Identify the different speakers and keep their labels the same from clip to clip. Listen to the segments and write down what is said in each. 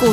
Speaker 1: 股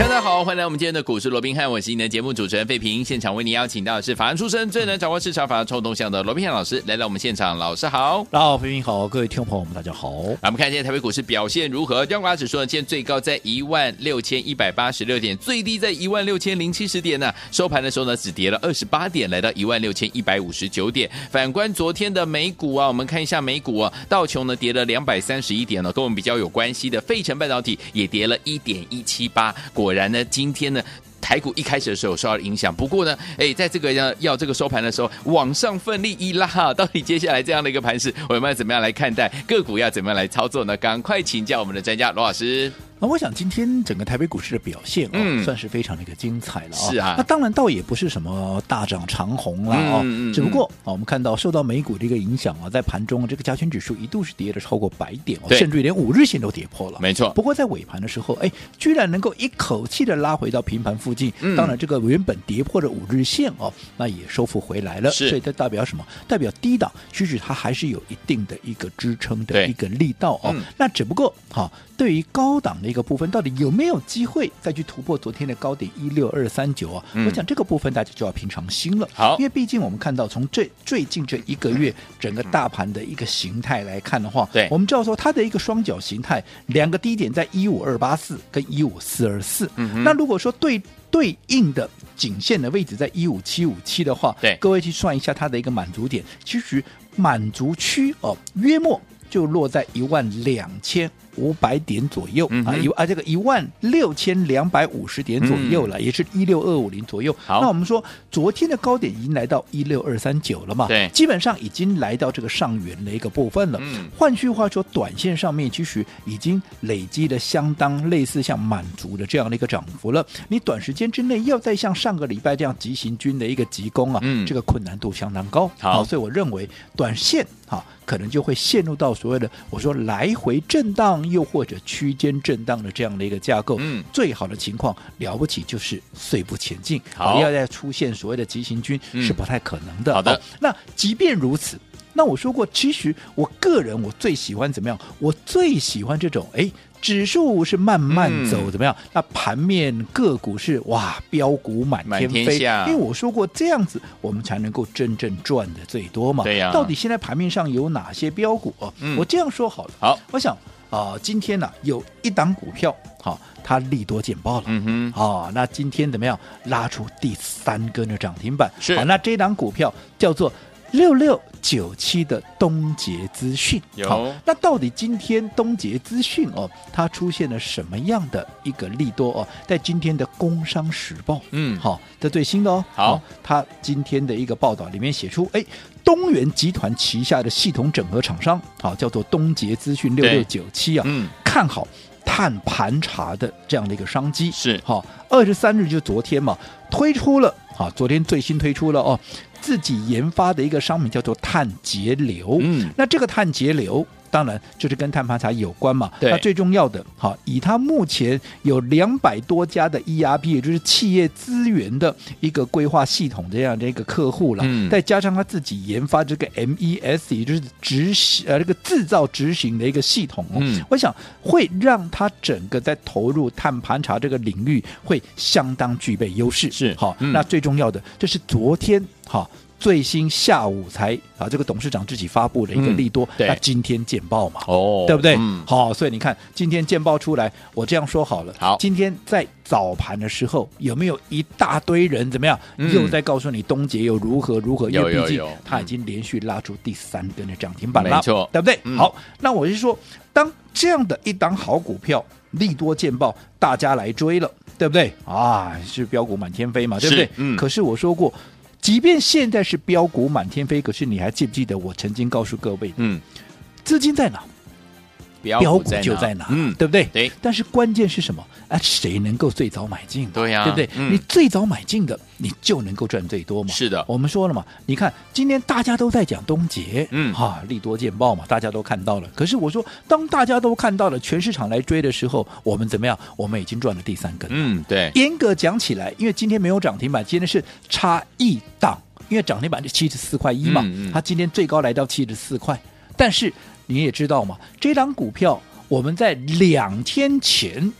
Speaker 2: 大家好，欢迎来我们今天的股市罗宾汉，我是你的节目主持人费平。现场为您邀请到的是法案出身、最能掌握市场法案冲动向的罗宾汉老师来到我们现场，老师好。
Speaker 3: 大家好，平平好，各位听众朋友们，大家好。
Speaker 2: 啊我们看今天台北股市表现如何？央股指数呢，今天最高在一万六千一百八十六点，最低在一万六千零七十点呢、收盘的时候呢，只跌了二十八点，来到一万六千一百五十九点。反观昨天的美股啊，我们看一下美股啊，道琼呢跌了两百三十一点呢，跟我们比较有关系的费城半导体也跌了一点一七八。果然呢，今天呢。台股一开始的时候有受到影响，不过呢，哎，在这个要要这个收盘的时候，往上奋力一拉， 到底接下来这样的一个盘势，我们要怎么样来看待个股，要怎么样来操作呢？赶快请教我们的专家罗老师。
Speaker 3: 那我想今天整个台北股市的表现哦，
Speaker 2: 嗯
Speaker 3: 算是非常的一个精彩了哦
Speaker 2: 是啊
Speaker 3: 那当然倒也不是什么大涨长虹啦哦，
Speaker 2: 嗯嗯嗯
Speaker 3: 只不过啊，我们看到受到美股的一个影响啊，在盘中这个加权指数一度是跌了超过百点哦，
Speaker 2: 对
Speaker 3: 甚至于连五日线都跌破了。
Speaker 2: 没错
Speaker 3: 不过在尾盘的时候，哎，居然能够一口气的拉回到平盘附
Speaker 2: 嗯
Speaker 3: 近。当然，这个原本跌破的五日线哦，那也收复回来了。
Speaker 2: 是
Speaker 3: 所以这代表什么？代表低档其实它还是有一定的一个支撑
Speaker 2: 对
Speaker 3: 的一个力道哦。
Speaker 2: 嗯
Speaker 3: 那只不过好、对于高档的一个部分，到底有没有机会再去突破昨天的高点一六二三九啊？
Speaker 2: 嗯
Speaker 3: 我想这个部分大家就要平常心了。
Speaker 2: 好
Speaker 3: 因为毕竟我们看到从最最近这一个月整个大盘的一个形态来看的话，
Speaker 2: 对
Speaker 3: 我们知道说它的一个双脚形态，两个低点在一五二八四跟一五四二四
Speaker 2: 嗯哼，
Speaker 3: 那如果说对对应的颈线的位置在一五七五七的话，
Speaker 2: 对
Speaker 3: 各位去算一下它的一个满足点，其实满足区哦，约莫就落在一万两千五百点左右、
Speaker 2: 嗯
Speaker 3: 啊，
Speaker 2: 哼
Speaker 3: 一啊这个一万六千两百五十点左右了，也是一六二五零左右。
Speaker 2: 好
Speaker 3: 那我们说昨天的高点已经来到一六二三九了嘛，
Speaker 2: 对
Speaker 3: 基本上已经来到这个上缘的一个部分了。
Speaker 2: 嗯
Speaker 3: 换句话说，短线上面其实已经累积了相当类似像满足的这样的一个涨幅了。你短时间之内要再像上个礼拜这样急行军的一个急攻啊，
Speaker 2: 嗯
Speaker 3: 这个困难度相当高。
Speaker 2: 好
Speaker 3: 所以我认为短线哈、可能就会陷入到所谓的我说来回震荡，又或者区间震荡的这样的一个架构。
Speaker 2: 嗯
Speaker 3: 最好的情况了不起就是碎步前进，
Speaker 2: 好
Speaker 3: 啊要再出现所谓的急行军、
Speaker 2: 嗯
Speaker 3: 是不太可能的。哦
Speaker 2: 好的
Speaker 3: 那即便如此。那我说过，其实我个人我最喜欢怎么样？我最喜欢这种哎，指数是慢慢
Speaker 2: 嗯
Speaker 3: 走，怎么样？那盘面个股是哇，标股满
Speaker 2: 满
Speaker 3: 天
Speaker 2: 天
Speaker 3: 飞。
Speaker 2: 下
Speaker 3: 因为我说过，这样子我们才能够真正赚的最多嘛。
Speaker 2: 对呀
Speaker 3: 到底现在盘面上有哪些标股？哦
Speaker 2: 嗯
Speaker 3: 我这样说好了。
Speaker 2: 好，
Speaker 3: 我想啊、今天呢、有一档股票，好、它利多见报了。
Speaker 2: 嗯哼，
Speaker 3: 哦，那今天怎么样拉出第三根的涨停板？
Speaker 2: 是
Speaker 3: 好，那这档股票叫做六六九七的东杰资讯。
Speaker 2: 有
Speaker 3: 好，那到底今天东杰资讯哦，它出现了什么样的一个利多哦？在今天的《工商时报》
Speaker 2: 嗯
Speaker 3: 好、这最新的哦。
Speaker 2: 好
Speaker 3: 它今天的一个报道里面写出，哎，东元集团旗下的系统整合厂商，好、叫做东杰资讯六
Speaker 2: 对
Speaker 3: 六九七啊，
Speaker 2: 嗯，
Speaker 3: 看好碳盘查的这样的一个商机。
Speaker 2: 是
Speaker 3: 好，二十三日就昨天嘛，推出了啊，昨天最新推出了哦，自己研发的一个商品叫做碳节流。
Speaker 2: 嗯
Speaker 3: 那这个碳节流。当然，就是跟碳盘查有关嘛。
Speaker 2: 对
Speaker 3: 那最重要的，好，以它目前有两百多家的 ERP，也就是企业资源的一个规划系统这样的一个客户了，
Speaker 2: 嗯
Speaker 3: 再加上他自己研发这个 MES，也就是执行呃这个制造执行的一个系统、哦，
Speaker 2: 嗯
Speaker 3: 我想会让他整个在投入碳盘查这个领域会相当具备优势。
Speaker 2: 是
Speaker 3: 好，
Speaker 2: 嗯
Speaker 3: 那最重要的，这是昨天好。最新下午才啊，这个董事长自己发布的一个
Speaker 2: 嗯
Speaker 3: 利多，
Speaker 2: 对
Speaker 3: 那今天见报嘛，
Speaker 2: 哦
Speaker 3: 对不对？
Speaker 2: 嗯，
Speaker 3: 好，所以你看今天见报出来，我这样说好了。
Speaker 2: 好
Speaker 3: 今天在早盘的时候，有没有一大堆人怎么样，
Speaker 2: 嗯
Speaker 3: 又在告诉你东杰又如何如何？因为
Speaker 2: 有有
Speaker 3: 毕竟
Speaker 2: 有嗯
Speaker 3: 他已经连续拉出第三根的涨停板了，
Speaker 2: 没错
Speaker 3: 对不对？
Speaker 2: 嗯
Speaker 3: 好，那我是说，当这样的一档好股票利多见报，大家来追了，对不对？啊，是标股满天飞嘛，对不
Speaker 2: 是
Speaker 3: 对？
Speaker 2: 嗯
Speaker 3: 可是我说过。即便现在是标股满天飞，可是你还记不记得我曾经告诉各位，
Speaker 2: 嗯，
Speaker 3: 资金在哪？
Speaker 2: 标
Speaker 3: 标
Speaker 2: 股
Speaker 3: 股
Speaker 2: 在
Speaker 3: 就
Speaker 2: 哪
Speaker 3: 在哪，
Speaker 2: 嗯
Speaker 3: 对不对？
Speaker 2: 对
Speaker 3: 但是关键是什么？啊，谁能够最早买进嘛？
Speaker 2: 对呀
Speaker 3: 对不对？
Speaker 2: 嗯
Speaker 3: 你最早买进的，你就能够赚最多嘛。
Speaker 2: 是的
Speaker 3: 我们说了嘛，你看今天大家都在讲东杰，
Speaker 2: 嗯
Speaker 3: 哈、利多见报嘛，大家都看到了。可是我说，当大家都看到了，全市场来追的时候，我们怎么样？我们已经赚了第三根了。
Speaker 2: 嗯，对，
Speaker 3: 严格讲起来，因为今天没有涨停板，今天是差一档，因为涨停板是七十四块一嘛，
Speaker 2: 嗯嗯
Speaker 3: 它今天最高来到七十四块。但是你也知道嘛，这档股票我们在两天前，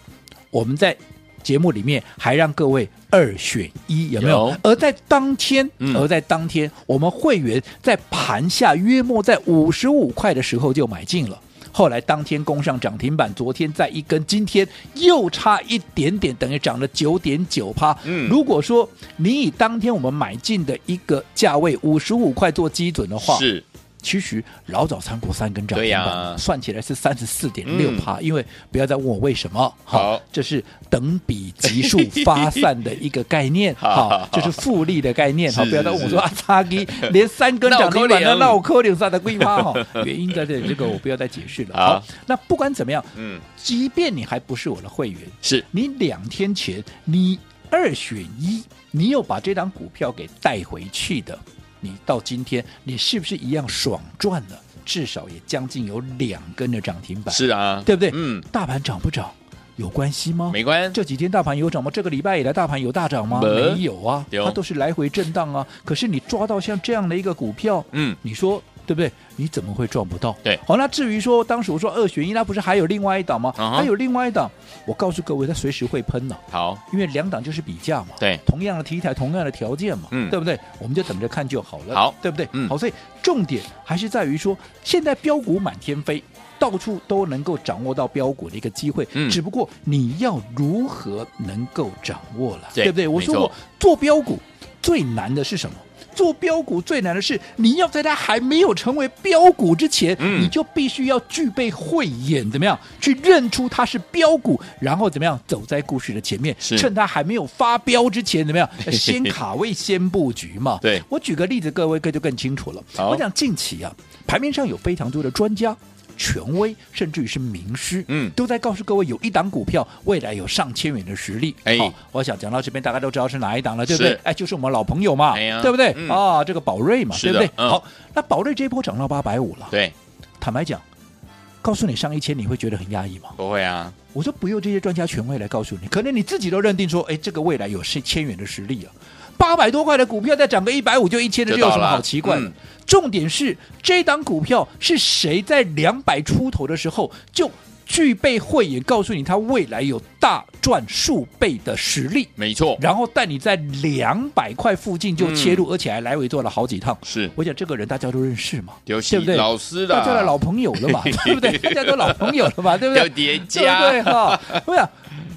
Speaker 3: 我们在节目里面还让各位二选一，有没有？
Speaker 2: 有
Speaker 3: 而在当天，
Speaker 2: 嗯
Speaker 3: 而在当天，我们会员在盘下约莫在五十五块的时候就买进了。后来当天攻上涨停板，昨天再一根，今天又差一点点，等于涨了九点九趴。
Speaker 2: 嗯
Speaker 3: 如果说你以当天我们买进的一个价位五十五块做基准的话，
Speaker 2: 是
Speaker 3: 其实老早参过三根涨
Speaker 2: 对
Speaker 3: 停
Speaker 2: 呀嗯
Speaker 3: 板，算起来是三十四点六趴。因为不要再问我为什么，
Speaker 2: 好
Speaker 3: 哈这是等比级数发散的一个概 念，
Speaker 2: 好
Speaker 3: 好，这是复利的概念，
Speaker 2: 是
Speaker 3: 好，不要再问我说
Speaker 2: 是
Speaker 3: 啊，叉 一连三根涨停
Speaker 2: 闹可
Speaker 3: 板那
Speaker 2: 怜
Speaker 3: 那我扣零三的规划哈，原因在这里，这个我不要再解释了。
Speaker 2: 好
Speaker 3: 好，那不管怎么样，
Speaker 2: 嗯
Speaker 3: 即便你还不是我的会员，
Speaker 2: 是
Speaker 3: 你两天前你二选一，你有把这张股票给带回去的，你到今天你是不是一样爽赚了？至少也将近有两根的涨停板，
Speaker 2: 是啊，
Speaker 3: 对不对？
Speaker 2: 嗯，
Speaker 3: 大盘涨不涨有关系吗？
Speaker 2: 没关
Speaker 3: 这几天大盘有涨吗？这个礼拜以来大盘有大涨吗？
Speaker 2: 没
Speaker 3: 没有啊，
Speaker 2: 有
Speaker 3: 它都是来回震荡啊。可是你抓到像这样的一个股票，
Speaker 2: 嗯，
Speaker 3: 你说对不对？你怎么会赚不到？哦
Speaker 2: 对
Speaker 3: 好，那至于说当时我说二选一，那不是还有另外一档吗？
Speaker 2: 嗯哼
Speaker 3: 还有另外一档，我告诉各位，它随时会喷的、
Speaker 2: 好，
Speaker 3: 因为两档就是比价嘛，
Speaker 2: 对
Speaker 3: 同样的题材，同样的条件嘛，
Speaker 2: 嗯
Speaker 3: 对不对？我们就等着看就好了，
Speaker 2: 好
Speaker 3: 对不对？
Speaker 2: 嗯
Speaker 3: 好，所以重点还是在于说，现在标股满天飞，到处都能够掌握到标股的一个机会，
Speaker 2: 嗯
Speaker 3: 只不过你要如何能够掌握了，
Speaker 2: 对
Speaker 3: 不对？我
Speaker 2: 没
Speaker 3: 说过
Speaker 2: 错，
Speaker 3: 做标股最难的是什么？做标股最难的是，你要在它还没有成为标股之前，
Speaker 2: 嗯
Speaker 3: 你就必须要具备慧眼，怎么样去认出它是标股，然后怎么样走在故事的前面，
Speaker 2: 是
Speaker 3: 趁它还没有发标之前，怎么样先卡位先布局嘛？
Speaker 2: 对
Speaker 3: 我举个例子，各位各就更清楚了。
Speaker 2: 好
Speaker 3: 我讲近期啊，盘面上有非常多的专家。权威甚至于是名师，
Speaker 2: 嗯
Speaker 3: 都在告诉各位，有一档股票未来有上千元的实力。
Speaker 2: 哎
Speaker 3: 好我想讲到这边，大家都知道是哪一档了，对不对
Speaker 2: 是？
Speaker 3: 哎，就是我们老朋友嘛，
Speaker 2: 哎呀
Speaker 3: 对不对？
Speaker 2: 嗯
Speaker 3: 啊，这个宝瑞嘛，
Speaker 2: 是
Speaker 3: 对
Speaker 2: 的
Speaker 3: 不对？
Speaker 2: 嗯
Speaker 3: 好，那宝瑞这一波涨到八百五了，
Speaker 2: 对，
Speaker 3: 坦白讲，告诉你上一千，你会觉得很压抑吗？
Speaker 2: 不会啊，
Speaker 3: 我说不用这些专家权威来告诉你，可能你自己都认定说，哎，这个未来有是千元的实力啊，八百多块的股票再涨个一百五就一千的，
Speaker 2: 就
Speaker 3: 这
Speaker 2: 到
Speaker 3: 有什么
Speaker 2: 了
Speaker 3: 好奇怪的？
Speaker 2: 嗯
Speaker 3: 重点是这档股票是谁在两百出头的时候就具备慧眼，告诉你它未来有大赚数倍的实力。
Speaker 2: 没错，
Speaker 3: 然后带你在两百块附近就切
Speaker 2: 嗯
Speaker 3: 入，而且还来回做了好几趟。
Speaker 2: 是
Speaker 3: 我想这个人大家都认识嘛，
Speaker 2: 游戏
Speaker 3: 对不对？
Speaker 2: 老师的
Speaker 3: 大家的老朋友 了嘛，对不对？大家都老朋友了嘛，对不
Speaker 2: 要
Speaker 3: 对？
Speaker 2: 叠
Speaker 3: 对不
Speaker 2: 加，
Speaker 3: 对哈？我想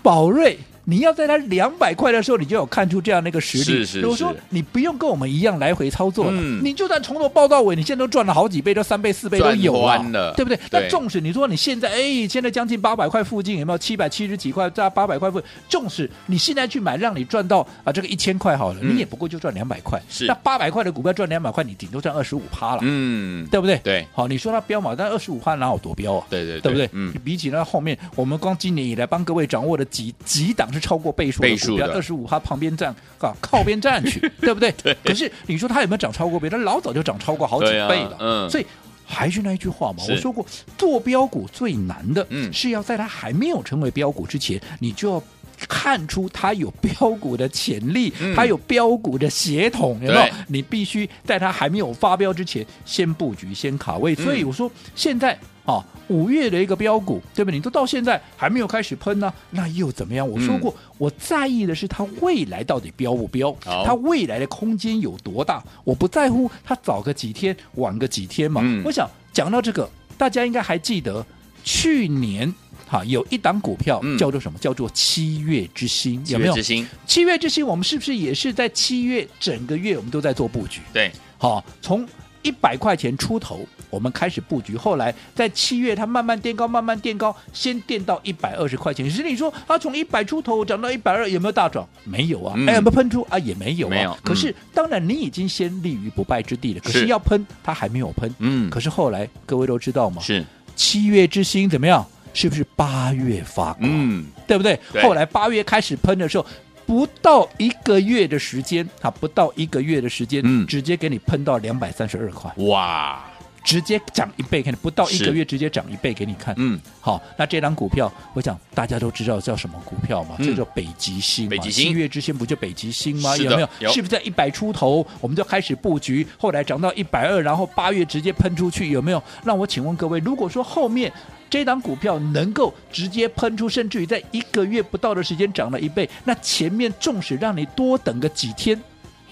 Speaker 3: 宝瑞。你要在它两百块的时候，你就有看出这样的一个实力。
Speaker 2: 是是
Speaker 3: 我说
Speaker 2: 是
Speaker 3: 你不用跟我们一样来回操作了，
Speaker 2: 嗯
Speaker 3: 你就算从头报到尾，你现在都赚了好几倍，都三倍四倍都
Speaker 2: 赚
Speaker 3: 有啊
Speaker 2: 翻了
Speaker 3: 对不对？
Speaker 2: 对
Speaker 3: 那纵使你说你现在哎，现在将近八百块附近，有没有七百七十几块，在八百块附近？纵使你现在去买，让你赚到啊这个一千块好了，
Speaker 2: 嗯
Speaker 3: 你也不过就赚两百块。
Speaker 2: 是
Speaker 3: 那八百块的股票赚两百块，你顶多赚二十五趴了，
Speaker 2: 嗯，
Speaker 3: 对不对？
Speaker 2: 对
Speaker 3: 好，你说它标嘛，但二十五趴哪有多标啊？
Speaker 2: 对对
Speaker 3: 对不对？
Speaker 2: 嗯，
Speaker 3: 比起那后面，我们光今年以来帮各位掌握的几几档是超过倍数的
Speaker 2: 倍数
Speaker 3: 股票，
Speaker 2: 的
Speaker 3: 二十五趴旁边站啊，靠边站 去，对不对？可是你说它有没有涨超过别人？老早就涨超过好几
Speaker 2: 对啊
Speaker 3: 倍了。
Speaker 2: 嗯
Speaker 3: 所以。还是那一句话嘛，
Speaker 2: 是
Speaker 3: 我说过，做标股最难的，
Speaker 2: 嗯
Speaker 3: 是要在它还没有成为标股之前，你就要看出它有标股的潜力，
Speaker 2: 嗯
Speaker 3: 它有标股的协同，有没有
Speaker 2: 对？
Speaker 3: 你必须在它还没有发标之前，先布局，先卡位。
Speaker 2: 嗯
Speaker 3: 所以我说，现在啊，五月的一个标股，对不对？你都到现在还没有开始喷呢、那又怎么样？我说过，我在意的是它未来到底标不标，
Speaker 2: 好
Speaker 3: 它未来的空间有多大，我不在乎它早个几天，晚个几天嘛。
Speaker 2: 嗯
Speaker 3: 我想讲到这个，大家应该还记得去年。哈，有一档股票
Speaker 2: 嗯
Speaker 3: 叫做什么？叫做七月之星，
Speaker 2: 七
Speaker 3: 有没
Speaker 2: 月
Speaker 3: 有
Speaker 2: 之？星，
Speaker 3: 七月之星，我们是不是也是在七月整个月我们都在做布局？
Speaker 2: 对，
Speaker 3: 好、从一百块钱出头，我们开始布局，后来在七月它慢慢垫高，慢慢垫高，先垫到一百二十块钱。其实你说它从一百出头涨到一百二，有没有大涨？没有啊，
Speaker 2: 嗯
Speaker 3: 哎，有没有喷出啊？也没有啊。
Speaker 2: 没有
Speaker 3: 可是、
Speaker 2: 嗯
Speaker 3: 当然，你已经先立于不败之地了。可
Speaker 2: 是
Speaker 3: 是要喷，它还没有喷。
Speaker 2: 嗯
Speaker 3: 可，是后来各位都知道嘛，
Speaker 2: 是
Speaker 3: 七月之星怎么样？是不是八月发光？
Speaker 2: 嗯，
Speaker 3: 对不对？
Speaker 2: 对
Speaker 3: 后来八月开始喷的时候，不到一个月的时间，啊，不到一个月的时间，
Speaker 2: 嗯
Speaker 3: 直接给你喷到两百三十二块，
Speaker 2: 哇，
Speaker 3: 直接涨一倍给你，不到一
Speaker 2: 是
Speaker 3: 个月直接涨一倍给你看。
Speaker 2: 嗯，
Speaker 3: 好，那这档股票，我想大家都知道叫什么股票嘛，
Speaker 2: 嗯
Speaker 3: 这叫北极星嘛。
Speaker 2: 北极星
Speaker 3: 七月之星不就北极星吗？
Speaker 2: 是的
Speaker 3: 有没有？
Speaker 2: 有
Speaker 3: 是不是在一百出头我们就开始布局，后来涨到一百二，然后八月直接喷出去，有没有？那我请问各位，如果说后面。这档股票能够直接喷出，甚至于在一个月不到的时间涨了一倍，那前面纵使让你多等个几天，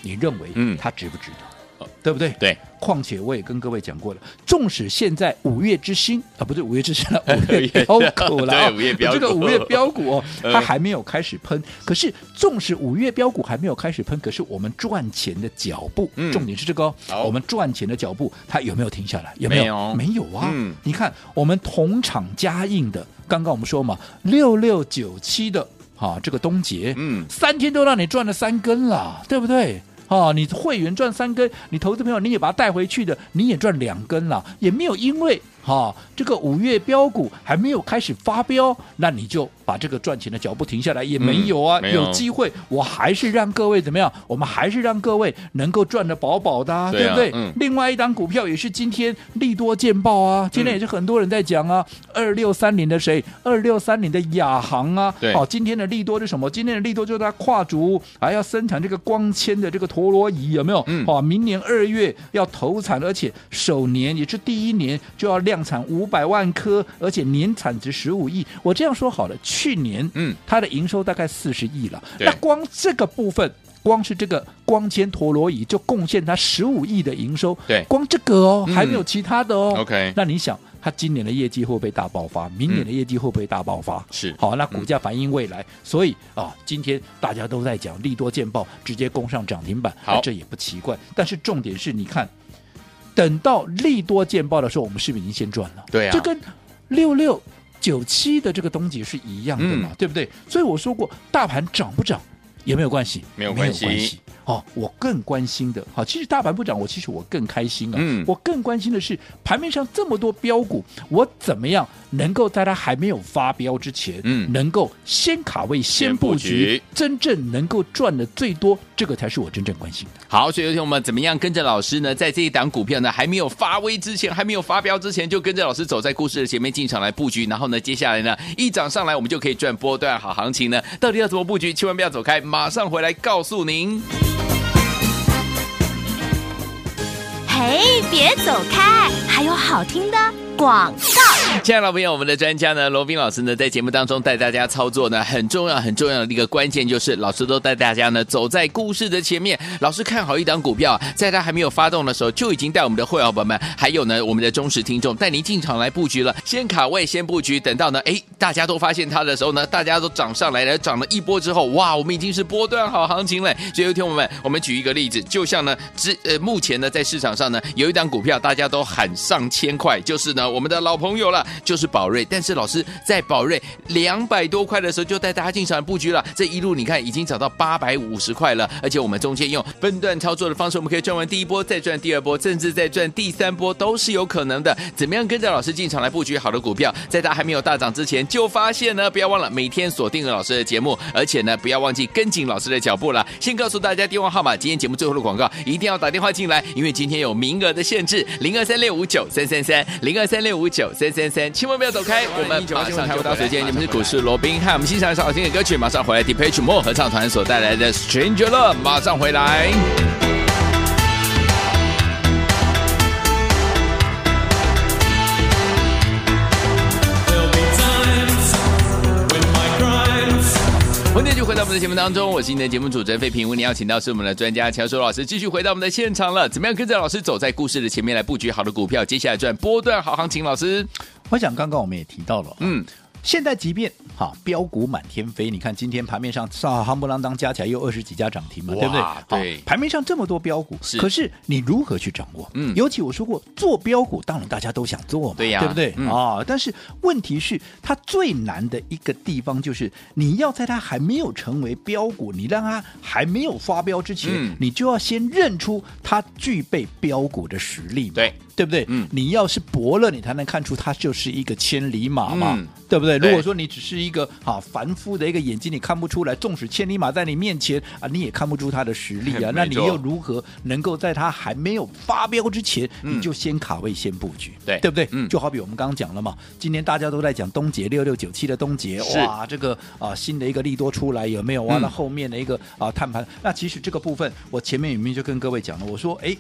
Speaker 3: 你认为
Speaker 2: 嗯
Speaker 3: 它值不值得？
Speaker 2: 哦
Speaker 3: 对不对？
Speaker 2: 对，
Speaker 3: 况且我也跟各位讲过了，纵使现在五月之星啊，不对，五月之星 了，五月标股了啊，
Speaker 2: 对五月标股
Speaker 3: 这个五月标股哦，
Speaker 2: 嗯
Speaker 3: 它还没有开始喷。可是，纵使五月标股还没有开始喷，可是我们赚钱的脚步，
Speaker 2: 嗯
Speaker 3: 重点是这个哦
Speaker 2: 好，
Speaker 3: 我们赚钱的脚步它有没有停下来？有
Speaker 2: 没
Speaker 3: 没
Speaker 2: 有
Speaker 3: 有？没有啊
Speaker 2: 嗯！
Speaker 3: 你看，我们同场加印的，刚刚我们说嘛，六六九七的。啊，这个东杰，
Speaker 2: 嗯
Speaker 3: 三天都让你赚了三根了，对不对？哦，你会员赚三根，你投资朋友你也把它带回去的，你也赚两根了，也没有因为哈、这个五月标股还没有开始发飙，那你就把这个赚钱的脚步停下来，也没有啊，
Speaker 2: 嗯没有
Speaker 3: 机会，我还是让各位怎么样？我们还是让各位能够赚得饱饱的、啊，
Speaker 2: 对啊
Speaker 3: 不对？
Speaker 2: 嗯
Speaker 3: 另外一档股票也是今天利多见报啊，今天也是很多人在讲啊，二六三零的谁？二六三零的亚航啊，
Speaker 2: 对
Speaker 3: 哦，今天的利多是什么？今天的利多就是它跨足还要生产这个光纤的这个陀螺仪，有没有？
Speaker 2: 嗯
Speaker 3: 哦，明年二月要投产，而且首年也是第一年就要量产五百万颗，而且年产值十五亿。我这样说好了，去年
Speaker 2: 嗯，
Speaker 3: 它的营收大概四十亿了，
Speaker 2: 对
Speaker 3: 那光这个部分。光是这个光纤陀螺仪就贡献它十五亿的营收，
Speaker 2: 对
Speaker 3: 光这个哦，
Speaker 2: 嗯
Speaker 3: 还没有其他的哦。
Speaker 2: OK
Speaker 3: 那你想，它今年的业绩会不会大爆发？明
Speaker 2: 嗯
Speaker 3: 年的业绩会不会大爆发？
Speaker 2: 是嗯
Speaker 3: 好，那股价反映未来，所以啊，今天大家都在讲利多见报，直接攻上涨停板，
Speaker 2: 好
Speaker 3: 啊这也不奇怪。但是重点是，你看，等到利多见报的时候，我们是不是已经先赚了？
Speaker 2: 对啊
Speaker 3: 这跟六六九七的这个东西是一样的
Speaker 2: 嗯
Speaker 3: 嘛，对不对？所以我说过，大盘涨不涨也没有关系，
Speaker 2: 没有关系
Speaker 3: 哦，我更关心的，好，其实大盘不涨，我其实我更开心啊。
Speaker 2: 嗯
Speaker 3: 我更关心的是盘面上这么多标股，我怎么样能够在它还没有发飙之前，
Speaker 2: 嗯
Speaker 3: 能够先卡位、先
Speaker 2: 布
Speaker 3: 布
Speaker 2: 局
Speaker 3: 局，真正能够赚的最多，这个才是我真正关心的。
Speaker 2: 好，所以有请我们怎么样跟着老师呢？在这一档股票呢还没有发威之前，还没有发飙之前，就跟着老师走在故事的前面进场来布局。然后呢，接下来呢一涨上来，我们就可以赚波段好行情呢。到底要怎么布局？千万不要走开，马上回来告诉您。
Speaker 1: 嘿，别走开，还有好听的广告。
Speaker 2: 亲爱的朋友我们的专家呢，罗斌老师呢，在节目当中带大家操作呢，很重要很重要的一个关键就是，老师都带大家呢走在故事的前面。老师看好一档股票，在它还没有发动的时候，就已经带我们的会员朋友们，还有呢我们的忠实听众，带您进场来布局了。先卡位，先布局，等到呢，哎，大家都发现它的时候呢，大家都涨上来了，涨了一波之后，哇，我们已经是波段好行情了。所以，有听我们，我们举一个例子，就像呢，之呃，目前呢，在市场上呢，有一档股票大家都喊上千块，就是呢，我们的老朋友了，就是宝瑞。但是老师在宝瑞两百多块的时候就带大家进场布局了，这一路你看已经涨到八百五十块了，而且我们中间用分段操作的方式，我们可以赚完第一波，再赚第二波，甚至再赚第三波都是有可能的。怎么样跟着老师进场来布局好的股票，在它还没有大涨之前就发现呢？不要忘了每天锁定老师的节目，而且呢，不要忘记跟紧老师的脚步了。先告诉大家电话号码，今天节目最后的广告一定要打电话进来，因为今天有名额的限制，零二三六五九三三三，零二三六五九三三三，千万不要走开，我们马上就到时间。你们是股市罗宾汉，我们欣赏一首好听的歌曲，马上回来。Depeche Mode 合唱团所带来的《Stranger Love》，马上回来。
Speaker 4: There'll be times when my crimes
Speaker 2: 欢迎继续回到我们的节目当中，我是你的节目主持人费平。为你邀请到是我们的专家乔叔老师，继续回到我们的现场了。怎么样跟着老师走在故事的前面来布局好的股票，接下来赚波段好行情？老师，
Speaker 3: 我想刚刚我们也提到了，啊
Speaker 2: 嗯，
Speaker 3: 现在即便哈标股满天飞，你看今天盘面上上夯不啷当加起来又二十几家涨停嘛，
Speaker 2: 哇
Speaker 3: 对不对？
Speaker 2: 对
Speaker 3: 好盘面上这么多标股，
Speaker 2: 是
Speaker 3: 可是你如何去掌握？
Speaker 2: 嗯
Speaker 3: 尤其我说过，做标股当然大家都想做嘛，
Speaker 2: 对呀
Speaker 3: 不对？
Speaker 2: 嗯
Speaker 3: 啊，但是问题是它最难的一个地方就是你要在它还没有成为标股，你让它还没有发飙之前，
Speaker 2: 嗯
Speaker 3: 你就要先认出它具备标股的实力嘛，
Speaker 2: 对
Speaker 3: 对不对？
Speaker 2: 嗯
Speaker 3: 你要是薄了，你才能看出它就是一个千里马嘛，
Speaker 2: 嗯
Speaker 3: 对不对？
Speaker 2: 对
Speaker 3: 如果说你只是一个啊凡夫的一个眼睛，你看不出来，纵使千里马在你面前啊，你也看不出它的实力啊。那
Speaker 2: 没
Speaker 3: 你
Speaker 2: 错
Speaker 3: 又如何能够在它还没有发飙之前，
Speaker 2: 嗯
Speaker 3: 你就先卡位、先布局，
Speaker 2: 对
Speaker 3: 对不对？
Speaker 2: 嗯
Speaker 3: 就好比我们刚刚讲了嘛，今年大家都在讲东杰六六九七的东杰，
Speaker 2: 是
Speaker 3: 哇，这个啊新的一个利多出来有没有啊？
Speaker 2: 嗯
Speaker 3: 那后面的一个啊碳盘，那其实这个部分我前面有没有就跟各位讲了，我说哎，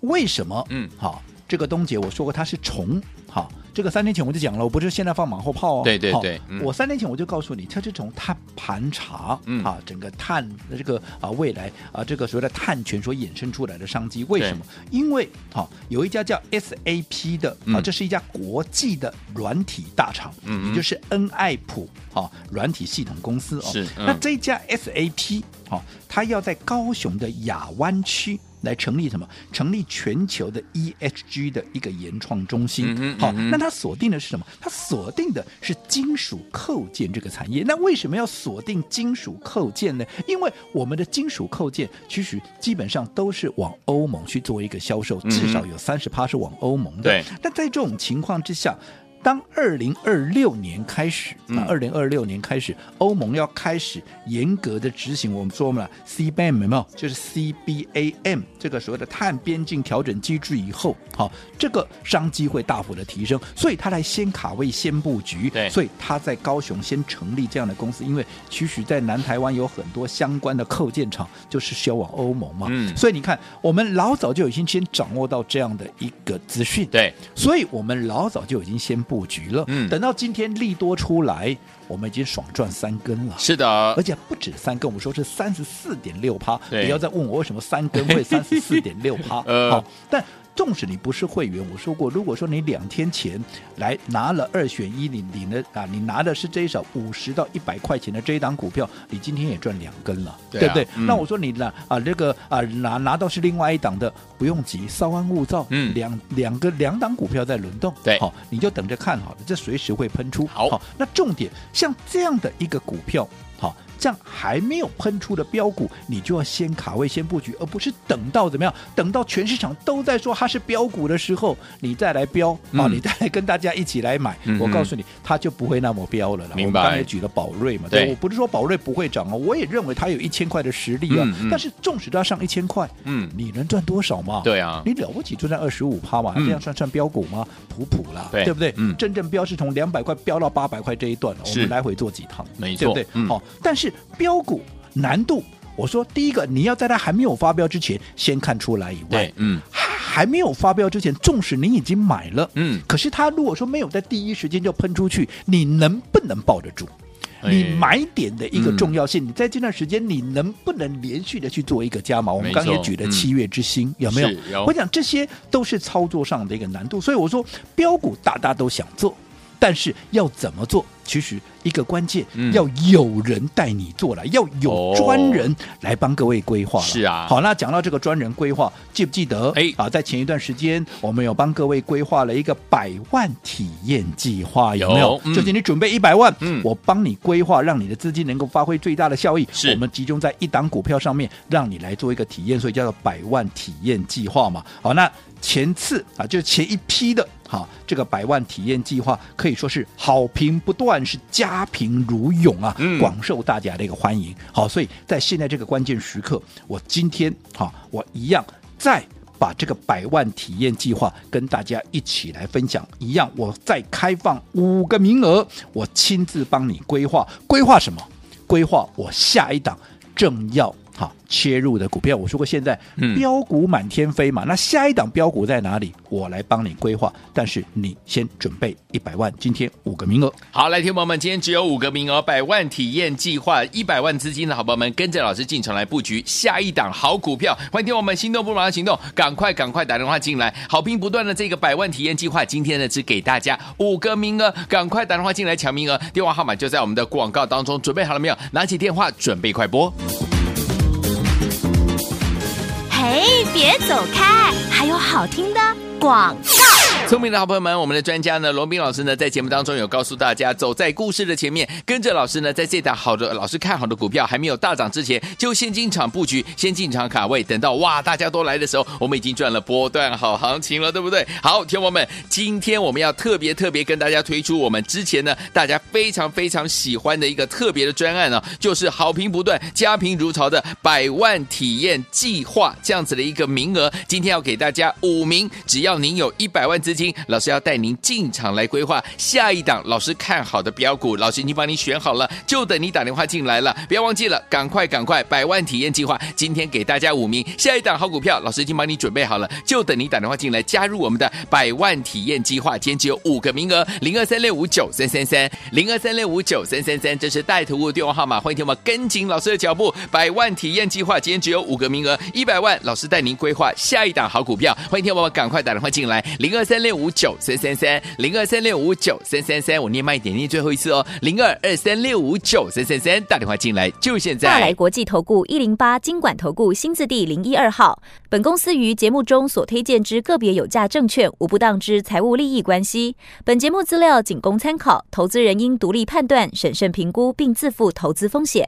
Speaker 3: 为什么
Speaker 2: 嗯
Speaker 3: 好，这个东杰我说过它是虫，好，这个三天前我就讲了，我不是现在放马后炮哦。
Speaker 2: 对对
Speaker 3: 好
Speaker 2: 对嗯
Speaker 3: 我三天前我就告诉你，它这种它盘查、
Speaker 2: 嗯
Speaker 3: 啊，整个碳这个啊未来啊这个所谓的碳权所衍生出来的商机，为
Speaker 2: 对
Speaker 3: 什么？因为好、有一家叫 SAP 的啊，
Speaker 2: 嗯
Speaker 3: 这是一家国际的软体大厂，
Speaker 2: 嗯
Speaker 3: 也就是恩爱普啊软体系统公司哦。
Speaker 2: 是嗯
Speaker 3: 那这家 SAP 哦，它要在高雄的亚湾区来成立什么？成立全球的 EHG 的一个研创中心哦
Speaker 2: 嗯哼。
Speaker 3: 好、
Speaker 2: 嗯哼
Speaker 3: 那它锁定的是什么？它锁定的是金属扣件这个产业。那为什么要锁定金属扣件呢？因为我们的金属扣件其实基本上都是往欧盟去做一个销售，
Speaker 2: 嗯哼
Speaker 3: 至少有三十趴是往欧盟的。
Speaker 2: 对
Speaker 3: 那在这种情况之下，当二零二六年开始，那
Speaker 2: 嗯
Speaker 3: 二零二六年开始，欧盟要开始严格的执行我们说嘛 CBAM 有没有？就是 CBAM 这个所谓的碳边境调整机制以后，好、这个商机会大幅的提升，所以他来先卡位先布局，
Speaker 2: 对
Speaker 3: 所以他在高雄先成立这样的公司，因为其实在南台湾有很多相关的扣件厂就是销往欧盟嘛，
Speaker 2: 嗯
Speaker 3: 所以你看，我们老早就已经先掌握到这样的一个资讯，
Speaker 2: 对，
Speaker 3: 所以我们老早就已经先布局了。
Speaker 2: 嗯
Speaker 3: 等到今天利多出来，我们已经爽赚三根了。
Speaker 2: 是的哦
Speaker 3: 而，且不止三根，我们说是三十四点六趴。不
Speaker 2: 对
Speaker 3: 要再问我为什么三根 会三十四点六趴。
Speaker 2: 呃
Speaker 3: 好，但纵使你不是会员，我说过，如果说你两天前来拿了二选一，你领的啊，你拿的是这一手五十到一百块钱的这一档股票，你今天也赚两根了，
Speaker 2: 对啊
Speaker 3: 不对？
Speaker 2: 嗯
Speaker 3: 那我说你拿啊这个啊拿拿到是另外一档的，不用急，稍安勿躁，
Speaker 2: 嗯
Speaker 3: 两两个两档股票在轮动，
Speaker 2: 对
Speaker 3: 好，你就等着看好了，这随时会喷出。
Speaker 2: 好
Speaker 3: 那重点像这样的一个股票，好，这样还没有喷出的标股，你就要先卡位、先布局，而不是等到怎么样，等到全市场都在说它是标股的时候，你再来标啊、
Speaker 2: 嗯
Speaker 3: 你再来跟大家一起来买。
Speaker 2: 嗯哼
Speaker 3: 我告诉你，它就不会那么标了啦。
Speaker 2: 明白
Speaker 3: 我们刚才也举了宝瑞嘛，
Speaker 2: 对
Speaker 3: 我不是说宝瑞不会涨哦，我也认为它有一千块的实力啊，
Speaker 2: 嗯嗯
Speaker 3: 但是纵使它上一千块，
Speaker 2: 嗯
Speaker 3: 你能赚多少嘛？
Speaker 2: 对啊，
Speaker 3: 你了不起就赚二十五趴嘛，
Speaker 2: 嗯
Speaker 3: 这样算算标股吗？普普啦，
Speaker 2: 对
Speaker 3: 不对？
Speaker 2: 嗯
Speaker 3: 真正标是从两百块标到八百块这一段，我
Speaker 2: 是
Speaker 3: 们来回做几趟，
Speaker 2: 没
Speaker 3: 对
Speaker 2: 错
Speaker 3: 不对？好、
Speaker 2: 嗯
Speaker 3: 但是标股难度，我说第一个你要在它还没有发标之前先看出来以外
Speaker 2: 对，，嗯
Speaker 3: 还没有发标之前，纵使你已经买了，
Speaker 2: 嗯
Speaker 3: 可是它如果说没有在第一时间就喷出去，你能不能抱得住？
Speaker 2: 哎
Speaker 3: 你买点的一个重要性，你在这段时间你能不能连续的去做一个加码？我们
Speaker 2: 没错嗯
Speaker 3: 刚刚也举了七月之星，有没有
Speaker 2: 是？有
Speaker 3: 我讲这些都是操作上的一个难度，所以我说标股大家都想做，但是要怎么做？其实一个关键、
Speaker 2: 嗯
Speaker 3: 要有人带你做了，要有
Speaker 2: 哦
Speaker 3: 专人来帮各位规划了。
Speaker 2: 是啊
Speaker 3: 好，那讲到这个专人规划，记不记得？
Speaker 2: 哎
Speaker 3: 啊，在前一段时间我们有帮各位规划了一个百万体验计划，有没有
Speaker 2: 有？嗯
Speaker 3: 就是你准备一百万，
Speaker 2: 嗯
Speaker 3: 我帮你规划，让你的资金能够发挥最大的效益。
Speaker 2: 是
Speaker 3: 我们集中在一档股票上面，让你来做一个体验，所以叫做百万体验计划嘛。好，那前次啊，就是前一批的。好，这个百万体验计划可以说是好评不断，是佳评如涌啊，
Speaker 2: 嗯
Speaker 3: 广受大家的一个欢迎。好，所以在现在这个关键时刻，我今天好，我一样再把这个百万体验计划跟大家一起来分享，一样我再开放五个名额，我亲自帮你规划，规划什么？规划我下一档正要。好切入的股票。我说过，现在
Speaker 2: 嗯
Speaker 3: 标股满天飞嘛，那下一档标股在哪里？我来帮你规划，但是你先准备一百万，今天五个名额。
Speaker 2: 好，来，听众朋友们，今天只有五个名额，百万体验计划，一百万资金的好朋友们，跟着老师进场来布局下一档好股票。欢迎听我们心动不如马上行动，赶快赶快打电话进来，好评不断的这个百万体验计划，今天呢只给大家五个名额，赶快打电话进来抢名额，电话号码就在我们的广告当中，准备好了没有？拿起电话，准备快播。
Speaker 1: 嘿，别走开，还有好听的广。
Speaker 2: 聪明的好朋友们，我们的专家呢，罗斌老师呢，在节目当中有告诉大家，走在故事的前面，跟着老师呢，在这档好的老师看好的股票还没有大涨之前，就先进场布局，先进场卡位，等到哇大家都来的时候，我们已经赚了波段好行情了，对不对？好，天王们，今天我们要特别特别跟大家推出我们之前呢，大家非常非常喜欢的一个特别的专案呢、就是好评不断、啊家评如潮的百万体验计划这样子的一个名额，今天要给大家五名，只要您有一百万资金，老师要带您进场来规划下一档老师看好的标股，老师已经帮你选好了，就等你打电话进来了，不要忘记了，赶快赶快，百万体验计划今天给大家五名，下一档好股票，老师已经帮你准备好了，就等你打电话进来加入我们的百万体验计划，今天只有五个名额，零二三六五九三三三，零二三六五九三三三，这是带头物电话号码，欢迎听我们跟紧老师的脚步，百万体验计划今天只有五个名额，一百万，老师带您规划下一档好股票，欢迎听我们赶快打电话进来，零二三六五九三三三，零二三六五九三三三，我念慢一点，念最后一次哦，零二二三六五九三三三，打电话进来就现
Speaker 1: 大
Speaker 2: 在
Speaker 1: 来。国际投顾一零八金管投顾新字第零一二号。本公司于节目中所推荐之个别有价证券，无不当之财务利益关系。本节目资料仅供参考，投资人应独立判断、审慎评估，并自负投资风险。